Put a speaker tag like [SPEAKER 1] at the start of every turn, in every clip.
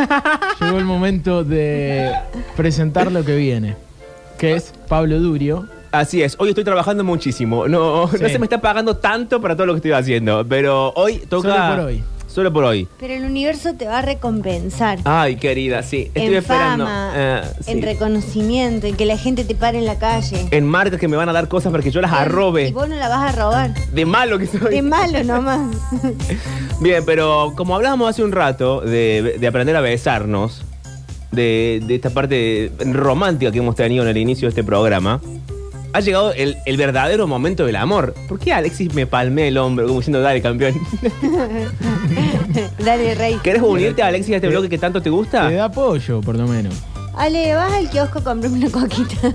[SPEAKER 1] Llegó el momento de presentar lo que viene, que es Pablo Durio.
[SPEAKER 2] Así es, hoy estoy trabajando muchísimo. No,
[SPEAKER 1] Sí.
[SPEAKER 2] no se me está pagando tanto para todo lo que estoy haciendo, pero hoy toca.
[SPEAKER 1] Solo por hoy.
[SPEAKER 2] Solo por hoy.
[SPEAKER 3] Pero el universo te va a recompensar.
[SPEAKER 2] Ay, querida, sí. Ah, Estoy
[SPEAKER 3] en
[SPEAKER 2] esperando.
[SPEAKER 3] fama,
[SPEAKER 2] Eh, sí.
[SPEAKER 3] en reconocimiento, en que la gente te pare en la calle.
[SPEAKER 2] En marcas que me van a dar cosas para que yo las arrobe.
[SPEAKER 3] Y vos no la vas a robar.
[SPEAKER 2] De malo que soy.
[SPEAKER 3] Qué malo nomás.
[SPEAKER 2] Bien, pero como hablábamos hace un rato de, de aprender a besarnos, de, de esta parte romántica que hemos tenido en el inicio de este programa, ha llegado el, el verdadero momento del amor. ¿Por qué Alexis me palmé el hombro como diciendo, dale, campeón?
[SPEAKER 3] Dale, Rey.
[SPEAKER 2] ¿Querés unirte, Alexis, a este bloque que tanto te
[SPEAKER 1] Te
[SPEAKER 2] gusta?
[SPEAKER 1] da apoyo, por lo menos.
[SPEAKER 3] Ale, vas al kiosco a comprar una coquita.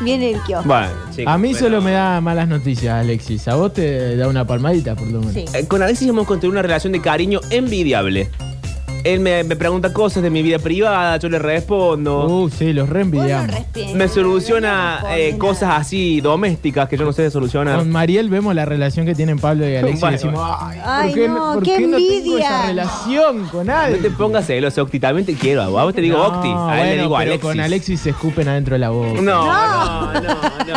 [SPEAKER 3] Viene el kiosco.
[SPEAKER 2] Bueno, chicos,
[SPEAKER 1] A mí
[SPEAKER 2] pero-
[SPEAKER 1] solo me da malas noticias, Alexis. A vos te da una palmadita, por lo menos.
[SPEAKER 3] Sí.
[SPEAKER 2] Eh, Con Alexis hemos construido una relación de cariño envidiable. Él me, me pregunta cosas de mi vida privada, yo le respondo.
[SPEAKER 1] Uh, sí, los
[SPEAKER 3] Vos no
[SPEAKER 1] reenvidiamos.
[SPEAKER 3] respires,
[SPEAKER 2] Me
[SPEAKER 3] no
[SPEAKER 2] soluciona
[SPEAKER 3] respondés
[SPEAKER 2] eh,
[SPEAKER 3] nada.
[SPEAKER 2] cosas así domésticas que yo no sé solucionar.
[SPEAKER 1] Con Mariel vemos la relación que tienen Pablo y Alexis. y
[SPEAKER 2] Bueno,
[SPEAKER 1] decimos,
[SPEAKER 2] bueno.
[SPEAKER 1] ay,
[SPEAKER 3] Ay,
[SPEAKER 1] ¿por qué,
[SPEAKER 3] no,
[SPEAKER 1] por
[SPEAKER 3] qué
[SPEAKER 1] qué no tengo
[SPEAKER 3] envidia.
[SPEAKER 1] esa relación con
[SPEAKER 2] No te
[SPEAKER 1] alguien?
[SPEAKER 2] pongas celoso, Octi. También te quiero a vos. A vos te digo Octi. A él
[SPEAKER 1] bueno,
[SPEAKER 2] le digo
[SPEAKER 1] pero
[SPEAKER 2] Alexis.
[SPEAKER 1] con Alexis se escupen adentro de la boca.
[SPEAKER 2] No, no, no, no.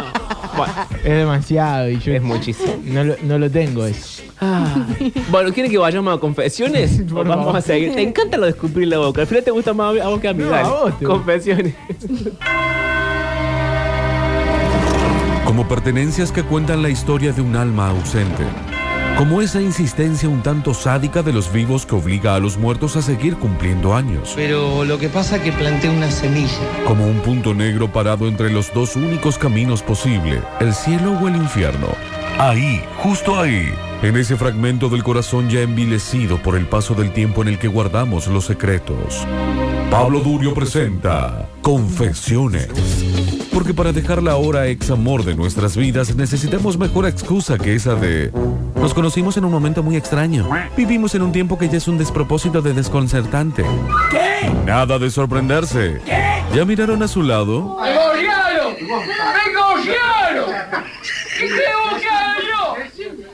[SPEAKER 2] Bueno,
[SPEAKER 1] Es demasiado y yo
[SPEAKER 2] es muchísimo.
[SPEAKER 1] no, lo, no lo tengo eso.
[SPEAKER 2] Ay. Bueno, ¿quieren que vayamos a confesiones?
[SPEAKER 1] Por
[SPEAKER 2] Vamos
[SPEAKER 1] favor.
[SPEAKER 2] a seguir. Te encanta lo de escupir la boca. Al final te gusta más a vos que a mí.
[SPEAKER 1] No,
[SPEAKER 2] Dale.
[SPEAKER 1] a vos te-
[SPEAKER 2] confesiones.
[SPEAKER 4] como pertenencias que cuentan la historia de un alma ausente, como esa insistencia un tanto sádica de los vivos que obliga a los muertos a seguir cumpliendo años,
[SPEAKER 5] Pero lo que pasa es que planté una semilla.
[SPEAKER 4] como un punto negro parado entre los dos únicos caminos posible, el cielo o el infierno. Ahí, justo ahí, en ese fragmento del corazón ya envilecido por el paso del tiempo en el que guardamos los secretos. Pablo Durio presenta Confesiones. Porque para dejar la hora ex amor de nuestras vidas necesitamos mejor excusa que esa de nos conocimos en un momento muy extraño. Vivimos en un tiempo que ya es un despropósito de desconcertante. ¿Qué? Nada de sorprenderse. ¿Ya miraron a su lado?
[SPEAKER 6] ¡Me golpearon! ¡Me golpearon! ¿Qué tengo que hacer yo?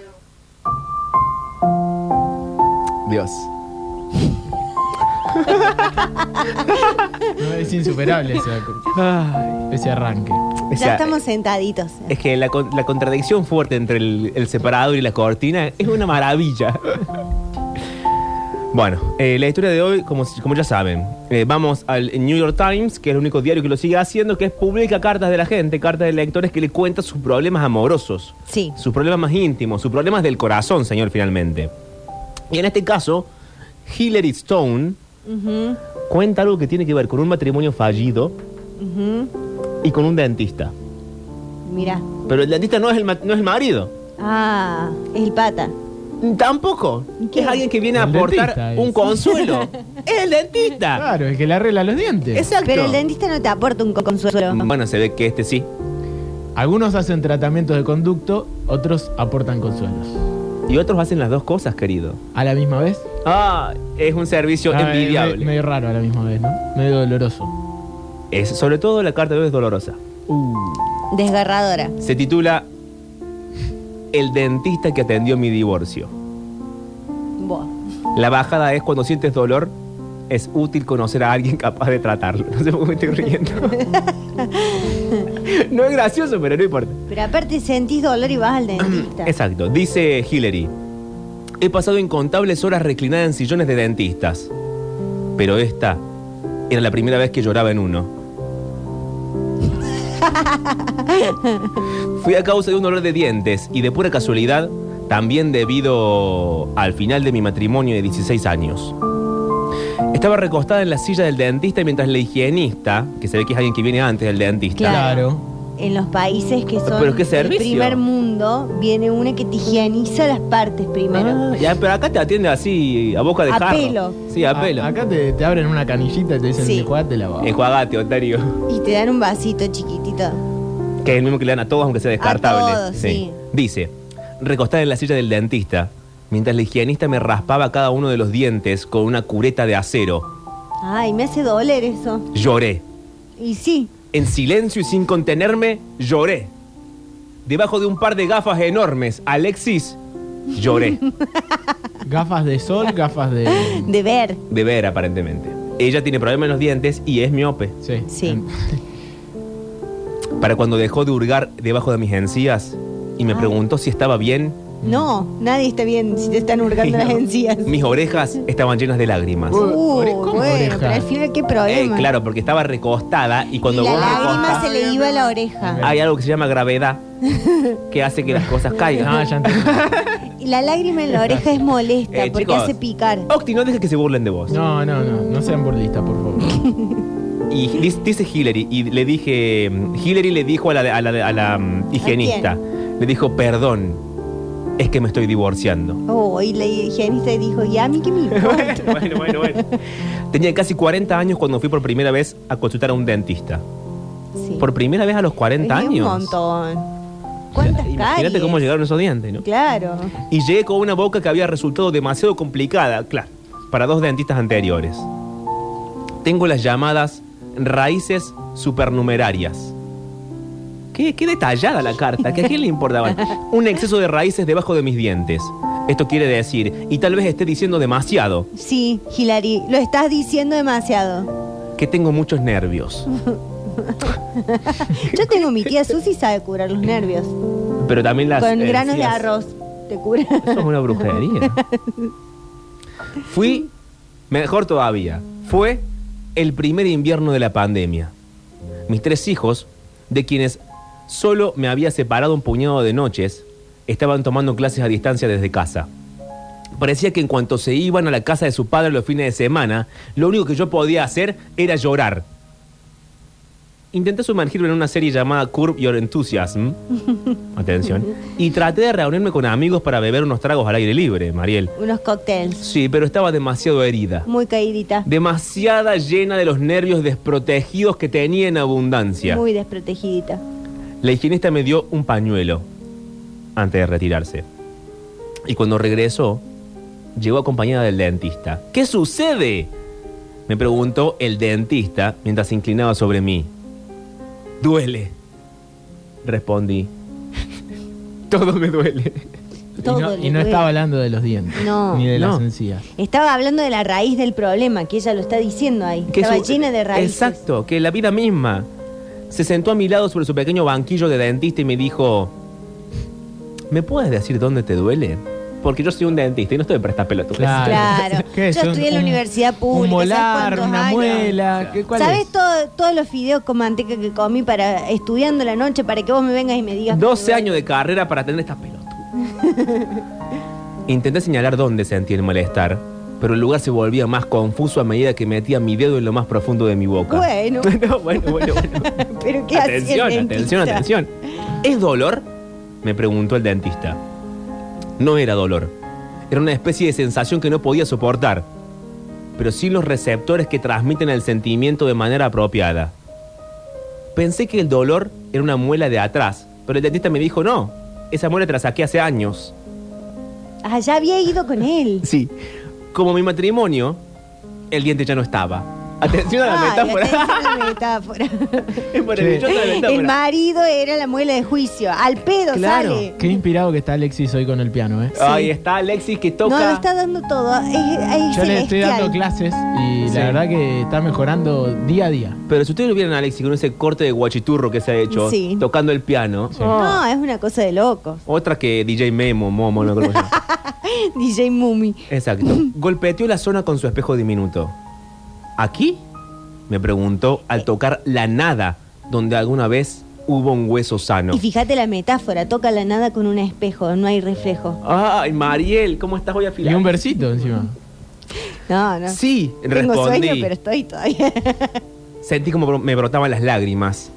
[SPEAKER 2] Dios.
[SPEAKER 1] No, es insuperable ese,
[SPEAKER 2] Ay.
[SPEAKER 1] ese arranque.
[SPEAKER 2] O
[SPEAKER 3] Ya
[SPEAKER 2] sea,
[SPEAKER 3] estamos sentaditos.
[SPEAKER 2] Es que la, con- la contradicción fuerte entre el, el separador y la cortina es una maravilla. Bueno, eh, la historia de hoy, como, si- como ya saben, eh, vamos al New York Times, que es el único diario que lo sigue haciendo, que es publica cartas de la gente, cartas de lectores que le cuentan sus problemas amorosos,
[SPEAKER 3] Sí.
[SPEAKER 2] sus problemas más íntimos, sus problemas del corazón, señor, finalmente. Y en este caso, Hillary Stone
[SPEAKER 3] Ujú,
[SPEAKER 2] cuenta algo que tiene que ver con un matrimonio fallido
[SPEAKER 3] ujú.
[SPEAKER 2] y con un dentista.
[SPEAKER 3] Mirá.
[SPEAKER 2] Pero el dentista no es el ma- no es el marido.
[SPEAKER 3] Ah, es el pata.
[SPEAKER 2] Tampoco.
[SPEAKER 3] ¿Qué?
[SPEAKER 2] Es alguien que viene a
[SPEAKER 1] El dentista
[SPEAKER 2] aportar
[SPEAKER 1] es.
[SPEAKER 2] un consuelo. es el dentista.
[SPEAKER 1] Claro, el que le arregla los dientes.
[SPEAKER 2] Exacto.
[SPEAKER 3] Pero el dentista no te aporta un co- consuelo.
[SPEAKER 2] Bueno, se ve que este sí.
[SPEAKER 1] Algunos hacen tratamientos de conducto, otros aportan consuelos.
[SPEAKER 2] Y otros hacen las dos cosas, querido.
[SPEAKER 1] ¿A la misma vez?
[SPEAKER 2] Ah, es un servicio
[SPEAKER 1] Ah,
[SPEAKER 2] envidiable.
[SPEAKER 1] me- medio raro a la misma vez, ¿no? Medio doloroso.
[SPEAKER 2] Es, sobre todo la carta de hoy es dolorosa.
[SPEAKER 1] Uh,
[SPEAKER 3] Desgarradora.
[SPEAKER 2] Se titula El dentista que atendió mi divorcio.
[SPEAKER 3] Buah.
[SPEAKER 2] La bajada es cuando sientes dolor, es útil conocer a alguien capaz de tratarlo. No sé por qué me estoy riendo. no es gracioso, pero no importa.
[SPEAKER 3] Pero aparte sentís dolor y vas al dentista.
[SPEAKER 2] Exacto. Dice Hillary. He pasado incontables horas reclinada en sillones de dentistas. Pero esta era la primera vez que lloraba en uno. Fui a causa de un dolor de dientes y de pura casualidad, también debido al final de mi matrimonio de 16 años. Estaba recostada en la silla del dentista mientras la higienista, que se ve que es alguien que viene antes del dentista,
[SPEAKER 1] claro.
[SPEAKER 3] En los países que son
[SPEAKER 2] Pero qué
[SPEAKER 3] del
[SPEAKER 2] servicio.
[SPEAKER 3] primer mundo, viene una que te higieniza las partes primero.
[SPEAKER 2] Ah, ya, pero acá te atiende así, a boca de
[SPEAKER 3] A
[SPEAKER 2] jarro.
[SPEAKER 3] pelo.
[SPEAKER 2] Sí, a pelo.
[SPEAKER 1] A- Ah, acá te, te abren una canillita y te dicen,
[SPEAKER 3] Sí.
[SPEAKER 1] "Enjuagate la boca".
[SPEAKER 2] Enjuagate, Otario.
[SPEAKER 3] Y te dan un vasito chiquitito.
[SPEAKER 2] Que es el mismo que le dan a todos, aunque sea descartable.
[SPEAKER 3] todos, sí.
[SPEAKER 2] Dice, recostada en la silla del dentista, mientras la higienista me raspaba cada uno de los dientes con una cureta de acero,
[SPEAKER 3] Ay, me hace doler eso.
[SPEAKER 2] lloré.
[SPEAKER 3] Y sí,
[SPEAKER 2] En silencio y sin contenerme, lloré. Debajo de un par de gafas enormes, Alexis Lloré.
[SPEAKER 1] Gafas de sol, gafas de.
[SPEAKER 3] De ver.
[SPEAKER 2] De ver, aparentemente. Ella tiene problemas en los dientes y es miope.
[SPEAKER 1] Sí.
[SPEAKER 3] Sí.
[SPEAKER 2] Para cuando dejó de hurgar debajo de mis encías y me
[SPEAKER 3] Ay.
[SPEAKER 2] preguntó si estaba bien,
[SPEAKER 3] No, nadie está bien si te están hurgando las encías.
[SPEAKER 2] mis orejas estaban llenas de lágrimas.
[SPEAKER 1] Uh,
[SPEAKER 3] Uh,
[SPEAKER 1] Ore- ¿cómo
[SPEAKER 3] bueno,
[SPEAKER 1] oreja?
[SPEAKER 3] pero al final qué problema.
[SPEAKER 2] Eh, claro, porque estaba recostada y cuando
[SPEAKER 3] Y la
[SPEAKER 2] vos Ah.
[SPEAKER 3] lágrima
[SPEAKER 2] recostás,
[SPEAKER 3] se le iba a la oreja.
[SPEAKER 2] hay algo que se llama gravedad que hace que las cosas caigan.
[SPEAKER 1] Ah, ya entendí.
[SPEAKER 3] Y la lágrima en la oreja es molesta
[SPEAKER 2] Eh,
[SPEAKER 3] porque
[SPEAKER 2] chicos.
[SPEAKER 3] hace picar.
[SPEAKER 2] Octi, no dejes que se burlen de vos.
[SPEAKER 1] No, no, no. No sean burlistas, por favor.
[SPEAKER 2] Y dice, dice Hillary, y le dije, mm, Hillary le dijo a la, a la- a la, mm, higienista, le dijo, perdón, es que me estoy divorciando.
[SPEAKER 3] Oh, y la higienista dijo, ¿y a mí qué me importa?
[SPEAKER 2] bueno, bueno, bueno. Tenía casi 40 años cuando fui por primera vez a consultar a un dentista.
[SPEAKER 3] Sí.
[SPEAKER 2] Por primera vez a los 40
[SPEAKER 3] Es
[SPEAKER 2] años.
[SPEAKER 3] Un montón. ¿Cuántas
[SPEAKER 2] Imagínate
[SPEAKER 3] caries?
[SPEAKER 2] cómo llegaron esos dientes, ¿no?
[SPEAKER 3] Claro.
[SPEAKER 2] Y llegué con una boca que había resultado demasiado complicada, claro, para dos dentistas anteriores. Tengo las llamadas raíces supernumerarias. Qué, qué detallada la carta, que a quién le importaban. Un exceso de raíces debajo de mis dientes. Esto quiere decir, y tal vez esté diciendo demasiado,
[SPEAKER 3] Sí, Hilary, lo estás diciendo demasiado.
[SPEAKER 2] que tengo muchos nervios.
[SPEAKER 3] Yo tengo mi tía Susi sabe curar los nervios.
[SPEAKER 2] Pero también las. eh,
[SPEAKER 3] Con granos de
[SPEAKER 2] encías.
[SPEAKER 3] arroz te cura.
[SPEAKER 2] Eso es una brujería. Fui, mejor todavía, fue el primer invierno de la pandemia. Mis tres hijos, de quienes solo me había separado un puñado de noches, estaban tomando clases a distancia desde casa. Parecía que en cuanto se iban a la casa de su padre los fines de semana, lo único que yo podía hacer era llorar. Intenté sumergirme en una serie llamada Curb Your Enthusiasm. Atención. Y traté de reunirme con amigos para beber unos tragos al aire libre, Mariel.
[SPEAKER 3] Unos cócteles.
[SPEAKER 2] Sí, pero estaba demasiado herida.
[SPEAKER 3] Muy caídita.
[SPEAKER 2] Demasiada llena de los nervios desprotegidos que tenía en abundancia.
[SPEAKER 3] Muy desprotegidita.
[SPEAKER 2] La higienista me dio un pañuelo antes de retirarse. Y cuando regresó, llegó acompañada del dentista. ¿Qué sucede? Me preguntó el dentista mientras se inclinaba sobre mí. Duele. Respondí. Todo me duele.
[SPEAKER 3] Todo
[SPEAKER 1] y no,
[SPEAKER 3] le
[SPEAKER 1] y no
[SPEAKER 3] duele.
[SPEAKER 1] estaba hablando de los dientes.
[SPEAKER 3] No.
[SPEAKER 1] Ni de las
[SPEAKER 2] No.
[SPEAKER 1] encías.
[SPEAKER 3] Estaba hablando de la raíz del problema, que ella lo está diciendo ahí.
[SPEAKER 2] que
[SPEAKER 3] Estaba
[SPEAKER 2] su-
[SPEAKER 3] llena de raíces.
[SPEAKER 2] Exacto, que la vida misma. Se sentó a mi lado sobre su pequeño banquillo de dentista y me dijo, ¿me puedes decir dónde te duele? Porque yo soy un dentista y no estoy presta pelotudes.
[SPEAKER 3] Claro.
[SPEAKER 1] ¿Qué es?
[SPEAKER 3] Yo
[SPEAKER 1] Un-
[SPEAKER 3] estudié en la
[SPEAKER 1] un-
[SPEAKER 3] universidad pública,
[SPEAKER 1] Un molar,
[SPEAKER 3] ¿sabes cuántos
[SPEAKER 1] una
[SPEAKER 3] años?
[SPEAKER 1] muela. ¿qué, cuál
[SPEAKER 3] ¿Sabes
[SPEAKER 1] es?
[SPEAKER 3] todo- todos los fideos con manteca que comí para estudiando la noche para que vos me vengas y me digas? que
[SPEAKER 2] 12
[SPEAKER 3] me
[SPEAKER 2] años de carrera para tener esta pelotuda. Intenté señalar dónde sentí el malestar, pero el lugar se volvía más confuso a medida que metía mi dedo en lo más profundo de mi boca.
[SPEAKER 3] Bueno.
[SPEAKER 2] No, bueno, bueno, bueno.
[SPEAKER 3] ¿Pero qué hacía el
[SPEAKER 2] atención,
[SPEAKER 3] dentista?
[SPEAKER 2] atención, atención. ¿Es dolor? Me preguntó el dentista. No era dolor. Era una especie de sensación que no podía soportar, pero sí los receptores que transmiten el sentimiento de manera apropiada. Pensé que el dolor era una muela de atrás, pero el dentista me dijo no. Esa muela te la saqué hace años.
[SPEAKER 3] Ah, ya había ido con él.
[SPEAKER 2] Sí. Como mi matrimonio, el diente ya no estaba. Atención a la
[SPEAKER 3] Ay,
[SPEAKER 2] metáfora.
[SPEAKER 3] atención a la metáfora.
[SPEAKER 2] es maravillosa la metáfora.
[SPEAKER 3] El marido era la muela de juicio. Al pedo
[SPEAKER 2] Claro.
[SPEAKER 3] sale.
[SPEAKER 1] Qué inspirado que está Alexis hoy con el piano, ¿eh?
[SPEAKER 2] Ahí está Alexis que toca.
[SPEAKER 3] No, lo está dando todo. Es, es
[SPEAKER 1] Yo le estoy
[SPEAKER 3] celestial.
[SPEAKER 1] dando clases y
[SPEAKER 2] Sí.
[SPEAKER 1] la verdad que está mejorando día a día.
[SPEAKER 2] Pero si ustedes lo vieran a Alexis con ese corte de guachiturro que se ha hecho,
[SPEAKER 3] Sí.
[SPEAKER 2] tocando el piano.
[SPEAKER 3] No, es una cosa de locos.
[SPEAKER 2] Otra que DJ Memo, Momo, no creo que sea.
[SPEAKER 3] DJ Mumi.
[SPEAKER 2] Exacto. Golpeteó la zona con su espejo diminuto. ¿Aquí? Me preguntó al tocar la nada donde alguna vez hubo un hueso sano.
[SPEAKER 3] Y fíjate la metáfora, toca la nada con un espejo, no hay reflejo.
[SPEAKER 2] Ay, Mariel, ¿cómo estás hoy
[SPEAKER 1] Y
[SPEAKER 2] afilada?
[SPEAKER 1] un versito encima.
[SPEAKER 3] No, no.
[SPEAKER 2] Sí,
[SPEAKER 3] Tengo
[SPEAKER 2] respondí.
[SPEAKER 3] sueño, pero estoy todavía.
[SPEAKER 2] Sentí como bro- me brotaban las lágrimas.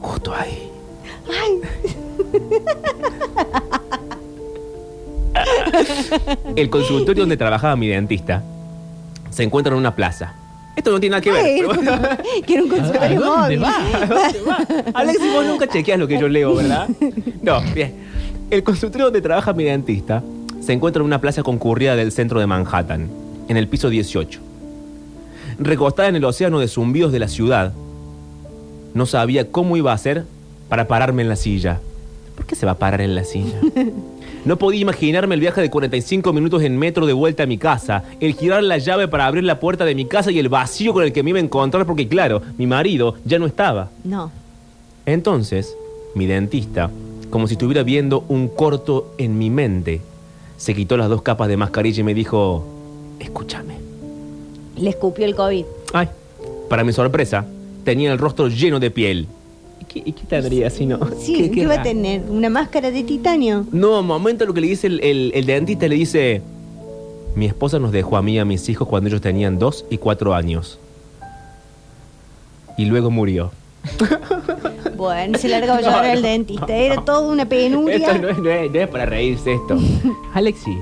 [SPEAKER 2] Justo ahí. El consultorio donde trabajaba mi dentista se encuentra en una plaza. Esto no tiene nada que ver.
[SPEAKER 3] Ay,
[SPEAKER 2] pero bueno.
[SPEAKER 3] Quiero un
[SPEAKER 1] ¿A
[SPEAKER 3] consultorio
[SPEAKER 1] dónde
[SPEAKER 3] móvil.
[SPEAKER 1] va?
[SPEAKER 2] Alexis, vos nunca chequeas lo que yo leo, ¿verdad? No, bien. El consultorio donde trabaja mi dentista se encuentra en una plaza concurrida del centro de Manhattan, en el piso 18. Recostada en el océano de zumbidos de la ciudad, no sabía cómo iba a hacer para pararme en la silla. ¿Por qué se va a parar en la silla? No podía imaginarme el viaje de 45 minutos en metro de vuelta a mi casa, el girar la llave para abrir la puerta de mi casa y el vacío con el que me iba a encontrar porque, claro, mi marido ya no estaba.
[SPEAKER 3] No.
[SPEAKER 2] Entonces, mi dentista, como si estuviera viendo un corto en mi mente, se quitó las dos capas de mascarilla y me dijo, escúchame.
[SPEAKER 3] Le escupió el COVID.
[SPEAKER 2] Ay, para mi sorpresa, tenía el rostro lleno de piel. ¿Y qué, y qué tendría si no?
[SPEAKER 3] Sí, ¿qué,
[SPEAKER 2] qué
[SPEAKER 3] va a
[SPEAKER 2] raro?
[SPEAKER 3] tener? ¿Una máscara de titanio?
[SPEAKER 2] No, momento lo que le dice el, el- el dentista, le dice, mi esposa nos dejó a mí y a mis hijos cuando ellos tenían dos y cuatro años. Y luego murió.
[SPEAKER 3] Bueno, se largaba a llorar el dentista. Era toda una penuria.
[SPEAKER 2] Esto no es, no es- no es para reírse esto. Alexis.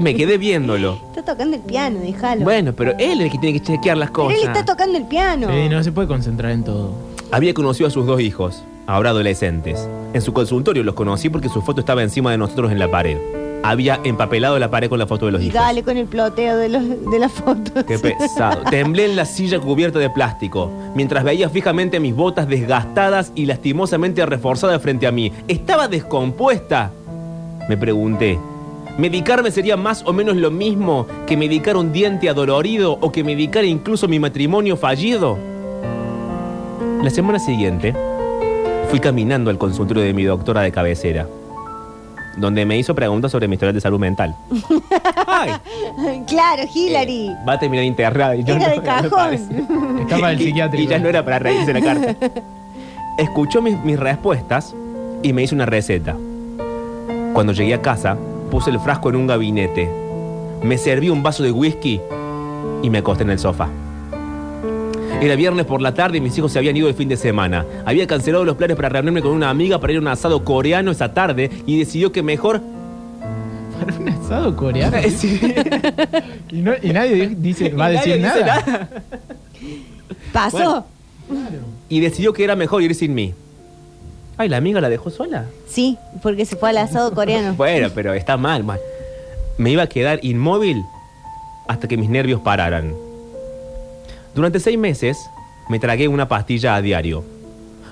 [SPEAKER 2] Me quedé viéndolo.
[SPEAKER 3] Está tocando el piano, déjalo.
[SPEAKER 2] Bueno, pero él es el que tiene que chequear las
[SPEAKER 3] Pero
[SPEAKER 2] cosas.
[SPEAKER 3] él está tocando el piano.
[SPEAKER 1] Eh, no se puede concentrar en todo.
[SPEAKER 2] Había conocido a sus dos hijos, ahora adolescentes. En su consultorio los conocí porque su foto estaba encima de nosotros en la pared. Había empapelado la pared con la foto de los
[SPEAKER 3] y
[SPEAKER 2] hijos.
[SPEAKER 3] dale con el ploteo de, los, de las fotos.
[SPEAKER 2] Qué pesado. Temblé en la silla cubierta de plástico, mientras veía fijamente mis botas desgastadas y lastimosamente reforzadas frente a mí. ¿Estaba descompuesta? Me pregunté. ¿Medicarme sería más o menos lo mismo que medicar un diente adolorido o que medicar incluso mi matrimonio fallido? La semana siguiente, fui caminando al consultorio de mi doctora de cabecera, donde me hizo preguntas sobre mi historial de salud mental. ¡Ay!
[SPEAKER 3] claro, Hillary.
[SPEAKER 2] Eh, va a terminar internada. Y yo
[SPEAKER 3] Era
[SPEAKER 2] no-
[SPEAKER 3] de
[SPEAKER 2] no
[SPEAKER 3] cajón.
[SPEAKER 2] parece.
[SPEAKER 1] Está para el
[SPEAKER 2] Y-
[SPEAKER 1] psiquiátrico.
[SPEAKER 2] Y ya no era para reírse la carta. Escuchó mis, mis respuestas y me hizo una receta. Cuando llegué a casa, puse el frasco en un gabinete. Me serví un vaso de whisky y me acosté en el sofá. Era viernes por la tarde y mis hijos se habían ido el fin de semana. Había cancelado los planes para reunirme con una amiga para ir a un asado coreano esa tarde y decidió que mejor...
[SPEAKER 1] Para un asado coreano. Y, no- y nadie di- dice, va a
[SPEAKER 2] Y nadie
[SPEAKER 1] decir
[SPEAKER 2] dice
[SPEAKER 1] nada.
[SPEAKER 3] ¿Pasó?
[SPEAKER 2] Bueno. y decidió que era mejor ir sin mí. Ay, la amiga la dejó sola.
[SPEAKER 3] Sí, porque se fue al asado coreano.
[SPEAKER 2] Bueno, pero está mal, mal. Me iba a quedar inmóvil hasta que mis nervios pararan. Durante seis meses me tragué una pastilla a diario.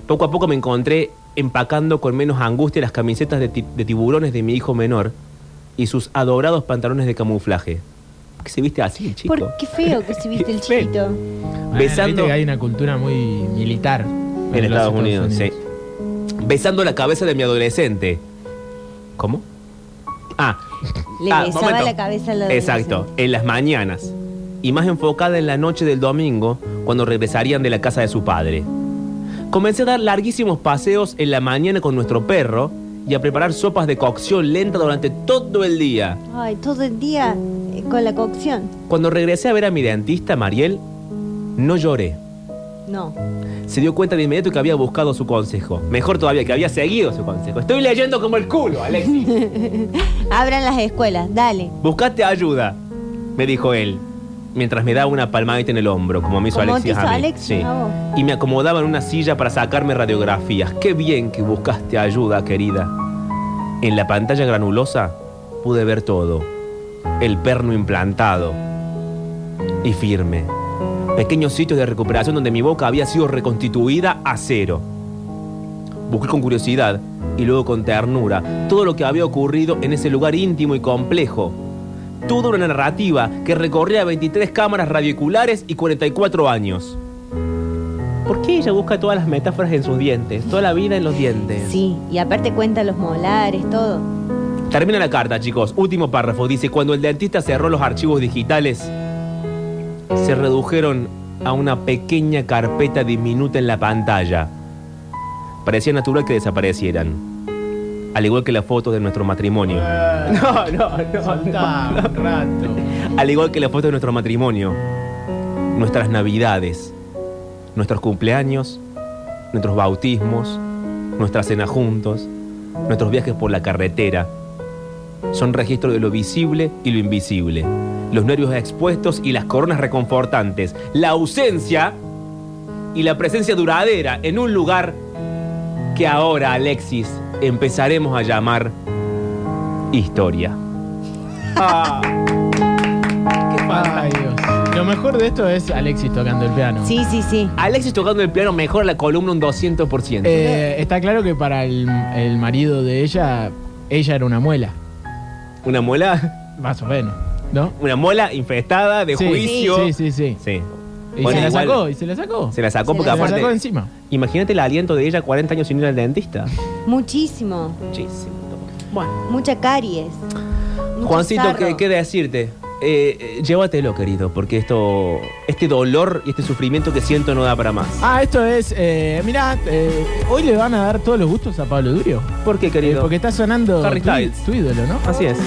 [SPEAKER 2] Poco a poco me encontré empacando con menos angustia las camisetas de, ti- de tiburones de mi hijo menor y sus adorados pantalones de camuflaje. ¿Por qué se viste así, el chico?
[SPEAKER 3] ¿Por qué feo que se viste el
[SPEAKER 2] Feo.
[SPEAKER 3] chiquito?
[SPEAKER 1] Bueno,
[SPEAKER 2] Besando-
[SPEAKER 1] viste que hay una cultura muy militar.
[SPEAKER 2] En
[SPEAKER 1] los
[SPEAKER 2] Estados Unidos, sí. Besando la cabeza de mi adolescente. ¿Cómo? Ah.
[SPEAKER 3] Le
[SPEAKER 2] ah,
[SPEAKER 3] besaba
[SPEAKER 2] momento.
[SPEAKER 3] la cabeza a la
[SPEAKER 2] Exacto, en las mañanas. Y más enfocada en la noche del domingo, cuando regresarían de la casa de su padre. Comencé a dar larguísimos paseos en la mañana con nuestro perro y a preparar sopas de cocción lenta durante todo el día.
[SPEAKER 3] Ay, todo el día eh, con la cocción.
[SPEAKER 2] Cuando regresé a ver a mi dentista, Mariel, no lloré.
[SPEAKER 3] No.
[SPEAKER 2] se dio cuenta de inmediato que había buscado su consejo. Mejor todavía, que había seguido su consejo. Estoy leyendo como el culo, Alexis.
[SPEAKER 3] Abran las escuelas, dale.
[SPEAKER 2] Buscate ayuda, me dijo él, mientras me daba una palmadita en el hombro, como me hizo
[SPEAKER 3] Como
[SPEAKER 2] Alexis
[SPEAKER 3] te hizo
[SPEAKER 2] a mí.
[SPEAKER 3] Alexis,
[SPEAKER 2] Sí.
[SPEAKER 3] a vos.
[SPEAKER 2] Y me acomodaba en una silla para sacarme radiografías. Qué bien que buscaste ayuda, querida. En la pantalla granulosa pude ver todo. El perno implantado y firme. Pequeños sitios de recuperación donde mi boca había sido reconstituida a cero. Busqué con curiosidad y luego con ternura todo lo que había ocurrido en ese lugar íntimo y complejo. Toda una narrativa que recorría 23 cámaras radiculares y 44 años. ¿Por qué ella busca todas las metáforas en sus dientes? Toda la vida en los dientes.
[SPEAKER 3] Sí, y aparte cuenta los molares, todo.
[SPEAKER 2] Termina la carta, chicos. Último párrafo. Dice, cuando el dentista cerró los archivos digitales, se redujeron a una pequeña carpeta diminuta en la pantalla. Parecía natural que desaparecieran. Al igual que las fotos de nuestro matrimonio. No, no, no.
[SPEAKER 1] Soltá un rato.
[SPEAKER 2] Al igual que las fotos de nuestro matrimonio, nuestras navidades, nuestros cumpleaños, nuestros bautismos, nuestras cenas juntos, nuestros viajes por la carretera, son registro de lo visible y lo invisible, los nervios expuestos y las coronas reconfortantes, la ausencia y la presencia duradera en un lugar que ahora, Alexis, empezaremos a llamar historia. Ah.
[SPEAKER 1] Ay, Dios. Lo mejor de esto es Alexis tocando el piano.
[SPEAKER 3] Sí, sí, sí.
[SPEAKER 2] Alexis tocando el piano mejora la columna un 200%.
[SPEAKER 1] Eh, está claro que para el, el marido de ella ella era una muela,
[SPEAKER 2] Una muela,
[SPEAKER 1] más o menos, ¿no?
[SPEAKER 2] una muela infestada de
[SPEAKER 1] Sí,
[SPEAKER 2] juicio.
[SPEAKER 1] Sí, sí, sí.
[SPEAKER 2] Sí.
[SPEAKER 1] Y
[SPEAKER 2] Bueno,
[SPEAKER 1] se la
[SPEAKER 2] igual-
[SPEAKER 1] sacó, y se la sacó.
[SPEAKER 2] Se la sacó
[SPEAKER 3] Se
[SPEAKER 2] porque
[SPEAKER 3] la
[SPEAKER 1] Se la
[SPEAKER 2] aparte.
[SPEAKER 1] sacó encima.
[SPEAKER 2] Imagínate el aliento de ella 40 años sin ir al dentista.
[SPEAKER 3] Muchísimo.
[SPEAKER 2] Muchísimo. Bueno.
[SPEAKER 3] Mucha caries. mucho
[SPEAKER 2] Juancito, ¿qué,
[SPEAKER 3] sarro.
[SPEAKER 2] qué decirte? Eh, eh, llévatelo, querido, porque esto, este dolor y este sufrimiento que siento no da para más.
[SPEAKER 1] Ah, esto es. Eh, mirá, eh, hoy le van a dar todos los gustos a Pablo Durio.
[SPEAKER 2] ¿Por qué,
[SPEAKER 1] Eh,
[SPEAKER 2] querido?
[SPEAKER 1] porque está sonando
[SPEAKER 2] Harry
[SPEAKER 1] tu,
[SPEAKER 2] Styles.
[SPEAKER 1] tu ídolo, ¿no?
[SPEAKER 2] Así es.